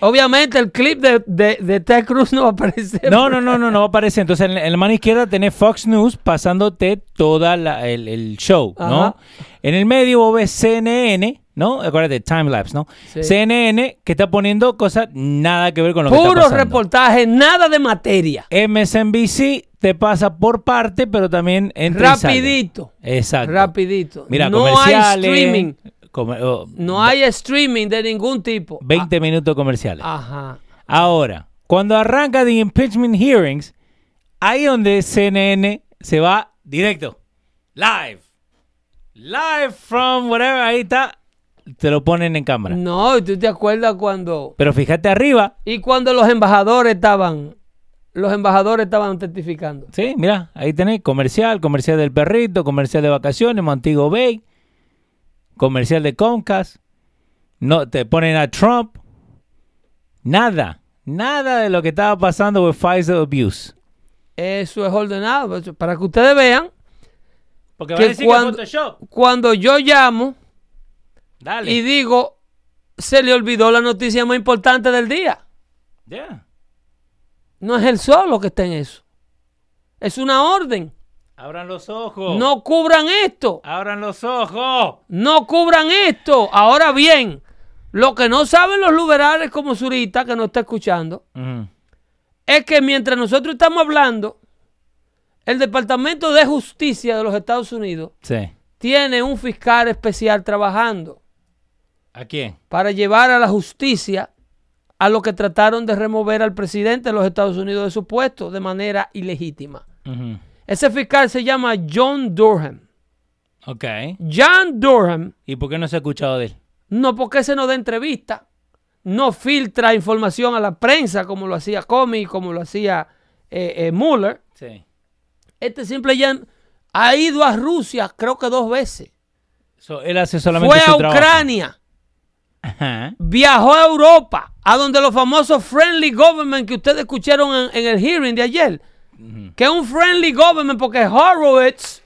Obviamente el clip de, de, de Ted Cruz no va a aparecer. No, no, no, no, no aparece. Entonces, en la- en la mano izquierda tenés Fox News pasándote toda la- el, el show, ¿no? Ajá. En el medio vos ves CNN, ¿no? Acuérdate, time lapse, ¿no? Sí. CNN que está poniendo cosas nada que ver con lo que está Puros pasando. reportajes, nada de materia. MSNBC te pasa por parte, pero también entra y sale. Rapidito. Exacto. Rapidito. Mira, no hay comerciales. streaming. come- oh, No hay streaming de ningún tipo. 20 minutos comerciales. Ah, Ajá. Ahora, cuando arranca The Impeachment Hearings, ahí donde CNN se va directo. Live. Live from whatever. Ahí está. Te lo ponen en cámara. No, ¿y ¿tú te acuerdas cuando... Pero fíjate arriba. Y cuando los embajadores estaban... Los embajadores estaban testificando. Sí, mira, ahí tenéis comercial, comercial del perrito, comercial de vacaciones, Montego Bay, comercial de Comcast. No, te ponen a Trump. Nada, nada de lo que estaba pasando with Pfizer abuse. Eso es ordenado. eso- Para que ustedes vean Porque van a Que decir que es cuando- Photoshop. cuando yo llamo Dale. y digo, se le olvidó la noticia más importante del día. No es el solo que está en eso. Es una orden. Abran los ojos. No cubran esto. Abran los ojos. No cubran esto. Ahora bien, lo que no saben los liberales como Zurita, que no está escuchando, es que mientras nosotros estamos hablando, el Departamento de Justicia de los Estados Unidos Sí. tiene un fiscal especial trabajando. ¿A quién? para llevar a la justicia a los que trataron de remover al presidente de los Estados Unidos de su puesto de manera ilegítima. Ujú. Ese fiscal se llama John Durham. Ok. John Durham, ¿Y por qué no se ha escuchado de él? no porque se nos da entrevista, no filtra información a la prensa como lo hacía Comey, como lo hacía eh, eh, Mueller. Sí. Este simple ya ha ido a Rusia creo que dos veces. él hace solamente Fue su a trabajo. Ucrania. Ajá. viajó a Europa, a donde los famosos friendly government que ustedes escucharon en, en el hearing de ayer, que es un friendly government porque Horowitz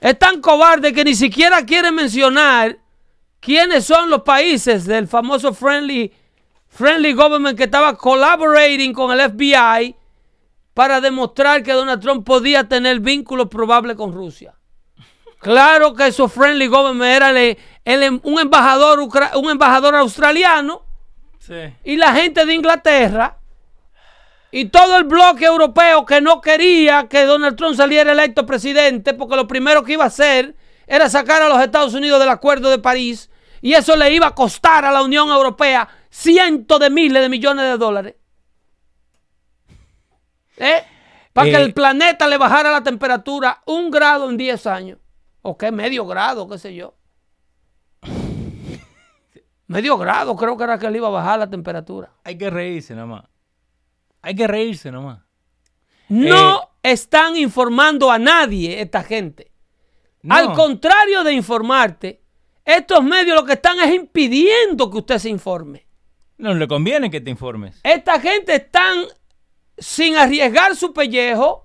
es tan cobarde que ni siquiera quiere mencionar quiénes son los países del famoso friendly friendly government que estaba collaborating con el FBI para demostrar que Donald Trump podía tener vínculos probables con Rusia. Claro que eso friendly government era el- el em- un, embajador ucra- un embajador australiano Sí. y la gente de Inglaterra y todo el bloque europeo que no quería que Donald Trump saliera electo presidente porque lo primero que iba a hacer era sacar a los Estados Unidos del Acuerdo de París y eso le iba a costar a la Unión Europea cientos de miles de millones de dólares. ¿Eh? Para que Eh, el planeta le bajara la temperatura un grado en 10 años. O que medio grado, qué sé yo. Medio grado creo que era que le iba a bajar la temperatura. Hay que reírse nomás. Hay que reírse nomás. No están informando a nadie esta gente. No. Al contrario de informarte, estos medios lo que están es impidiendo que usted se informe. No le conviene que te informes. Esta gente están sin arriesgar su pellejo,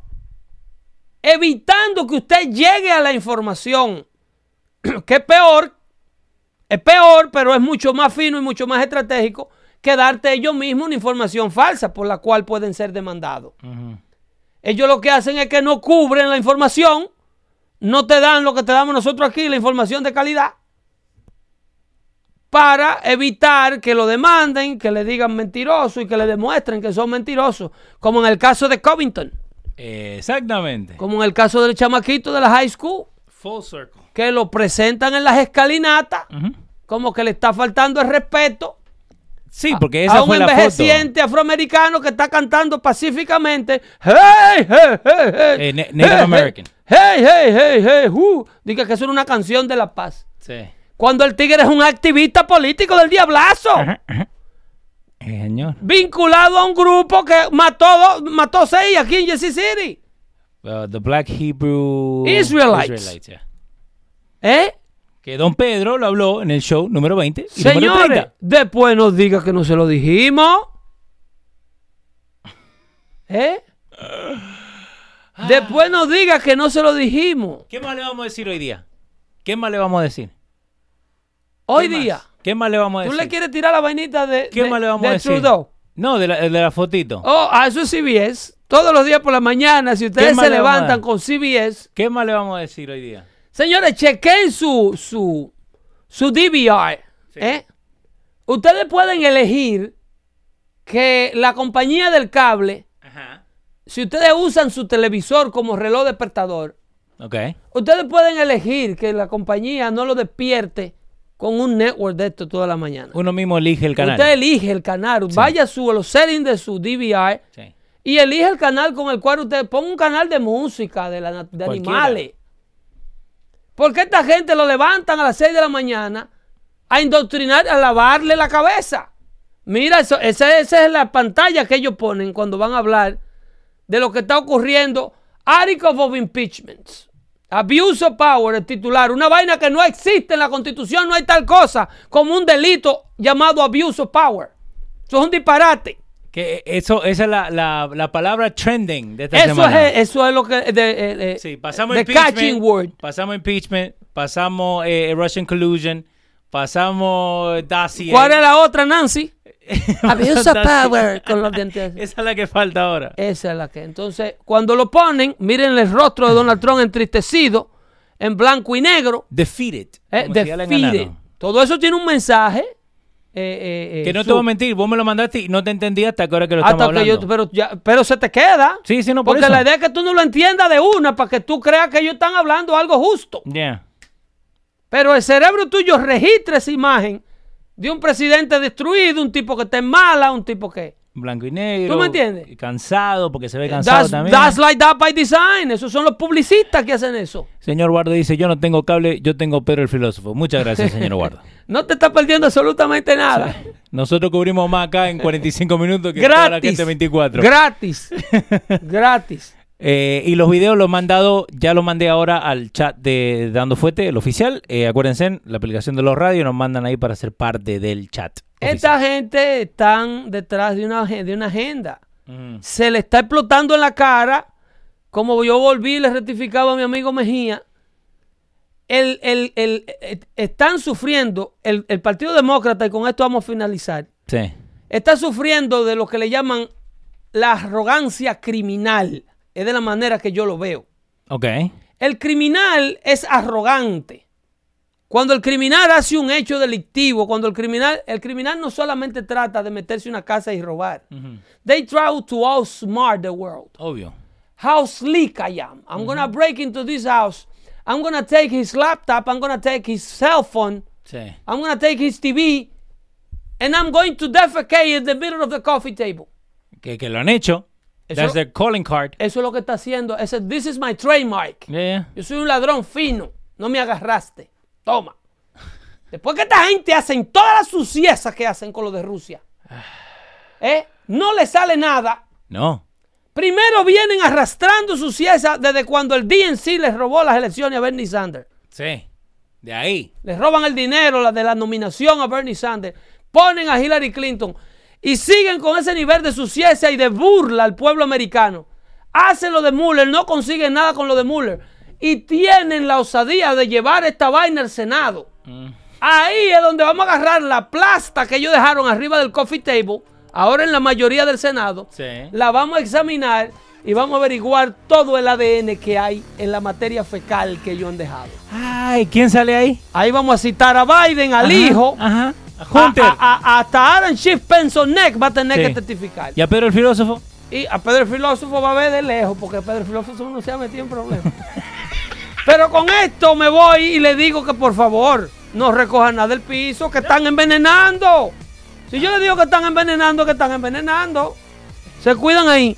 evitando que usted llegue a la información. que es peor, es peor, pero es mucho más fino y mucho más estratégico que darte ellos mismos una información falsa por la cual pueden ser demandados. Ellos lo que hacen es que no cubren la información, no te dan lo que te damos nosotros aquí, la información de calidad, para evitar que lo demanden, que le digan mentiroso y que le demuestren que son mentirosos, como en el caso de Covington, Exactamente. como en el caso del chamaquito de la high school, Full circle. que lo presentan en las escalinatas, como que le está faltando el respeto Sí, porque a esa un fue la foto. envejeciente afroamericano que está cantando pacíficamente. Hey, hey, hey, hey. Eh, Na- Native Hey, hey. American. Hey, hey, hey, hey, who. Dice que eso era una canción de la paz. Sí. Cuando el tigre es un activista político del diablazo, Eh, señor. vinculado a un grupo que mató, dos- mató seis aquí en Jersey City. Uh, the Black Hebrew Israelites. yeah. ¿Eh? Que Don Pedro lo habló en el show número 20 y número Señores, 30. después nos diga que no se lo dijimos. ¿Eh? Después nos diga que no se lo dijimos. ¿Qué más le vamos a decir hoy día? ¿Qué más le vamos a decir? Hoy ¿Qué más? día. ¿Qué más le vamos a ¿Tú decir? le quieres tirar la vainita de, ¿Qué de- más le vamos de a decir? Trudeau? No, de la, de la fotito. Oh, a eso es CBS. Todos los días por la mañana, si ustedes más se le vamos a levantan dar? con CBS. ¿Qué más le vamos a decir hoy día? Señores, chequen su, su, su DVR. ¿eh? Ustedes pueden elegir que la compañía del cable, Ajá. si ustedes usan su televisor como reloj despertador, Ok. ustedes pueden elegir que la compañía no lo despierte con un network de esto toda la mañana. Uno mismo elige el canal. Usted elige el canal, vaya a su, a los settings de su DVR Sí. Y elige el canal con el cual usted ponga un canal de música, de, la, nat- de Cualquiera. animales. Porque esta gente lo levantan a las 6 de la mañana a indoctrinar, a lavarle la cabeza. Mira, eso, esa, esa es la pantalla que ellos ponen cuando van a hablar de lo que está ocurriendo. Articles of Impeachments. Abuse of Power, el titular. Una vaina que no existe en la Constitución, no hay tal cosa como un delito llamado Abuse of Power. Eso es un disparate. Que eso, esa es la, la, la palabra trending de esta Eso semana. es, eso es lo que. de- eh, eh, Sí, pasamos the catching impeachment. word. Pasamos impeachment. Pasamos eh, Russian collusion. Pasamos Dacia. ¿Cuál es la otra, Nancy? Abuse Abuse of power. Con los dientes. así. Esa es la que falta ahora. Esa es la que. Entonces, cuando lo ponen, miren el rostro de Donald Trump entristecido, en blanco y negro. Defeat it. eh, como si ya le han defeated. ganado. Todo eso tiene un mensaje. eh, eh, eh, Que no su- te voy a mentir, vos me lo mandaste y no te entendí hasta que ahora que lo hasta estamos que hablando. yo, pero, ya- pero se te queda. Sí, sí, no, por Porque eso. la idea es que tú no lo entiendas de una para que tú creas que ellos están hablando algo justo. Yeah. Pero el cerebro tuyo registra esa imagen de un presidente destruido, un tipo que está en mala, un tipo que. Blanco y negro. ¿Tú me entiendes? Eh, Cansado, porque se ve cansado That's, también. ¿eh? that's like that by design. Esos son los publicistas que hacen eso. Señor Guardo dice, yo no tengo cable, yo tengo Pedro el filósofo. Muchas gracias, señor Guardo. No te está perdiendo absolutamente nada. Nosotros cubrimos más acá en 45 minutos que toda la Gratis. gente 24. Gratis. Gratis. Eh, y los videos los mandado, ya los mandé ahora al chat de Dando Fuete, el oficial. Eh, acuérdense, la aplicación de los radios nos mandan ahí para ser parte del chat. Esta gente están detrás de una, agen- de una agenda. Mm. Se le está explotando en la cara. Como yo volví y le rectificaba a mi amigo Mejía. El, el- el- eh, están sufriendo, el, el Partido Demócrata, y con esto vamos a finalizar, Sí. está sufriendo de lo que le llaman la arrogancia criminal. Es de la manera que yo lo veo. Ok. El criminal es arrogante. Cuando el criminal hace un hecho delictivo, cuando el criminal, el criminal no solamente trata de meterse en una casa y robar. They try to outsmart the world. Obvio. How sleek I am. I'm gonna break into this house. I'm gonna take his laptop. I'm gonna take his cell phone. Sí. I'm gonna take his TV. And I'm going to defecate in the middle of the coffee table. Que, que lo han hecho. Eso- That's their calling card. Eso es lo que está haciendo. Ese, this is my trademark. Yeah, yeah. Yo soy un ladrón fino. No me agarraste. Toma. Después que esta gente hacen todas las suciezas que hacen con lo de Rusia, ¿eh? no le sale nada. No. Primero vienen arrastrando suciezas desde cuando el DNC les robó las elecciones a Bernie Sanders. Sí. De ahí. Les roban el dinero, la de la nominación a Bernie Sanders. Ponen a Hillary Clinton. Y siguen con ese nivel de suciedad y de burla al pueblo americano. Hacen lo de Mueller, no consiguen nada con lo de Mueller. Y tienen la osadía de llevar esta vaina al Senado. Ahí es donde vamos a agarrar la plasta que ellos dejaron arriba del coffee table, ahora en la mayoría del Senado. Sí. La vamos a examinar y vamos a averiguar todo el ADN que hay en la materia fecal que ellos han dejado. Ay, ¿quién sale ahí? Ahí vamos a citar a Biden, al hijo, Ajá. Ah, A a- Hunter. a- a- hasta Aaron Schiff Benson Neck va a tener Sí. que testificar. Y a Pedro el filósofo. Y a Pedro el Filósofo va a ver de lejos, porque Pedro el Filósofo no se ha metido en problemas. Pero con esto me voy y le digo que por favor no recojan nada del piso, que están envenenando. Si yo le digo que están envenenando, que están envenenando. Se cuidan ahí.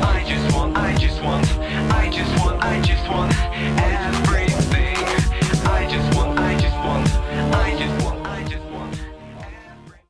I just want, I just want, I just want, I just want,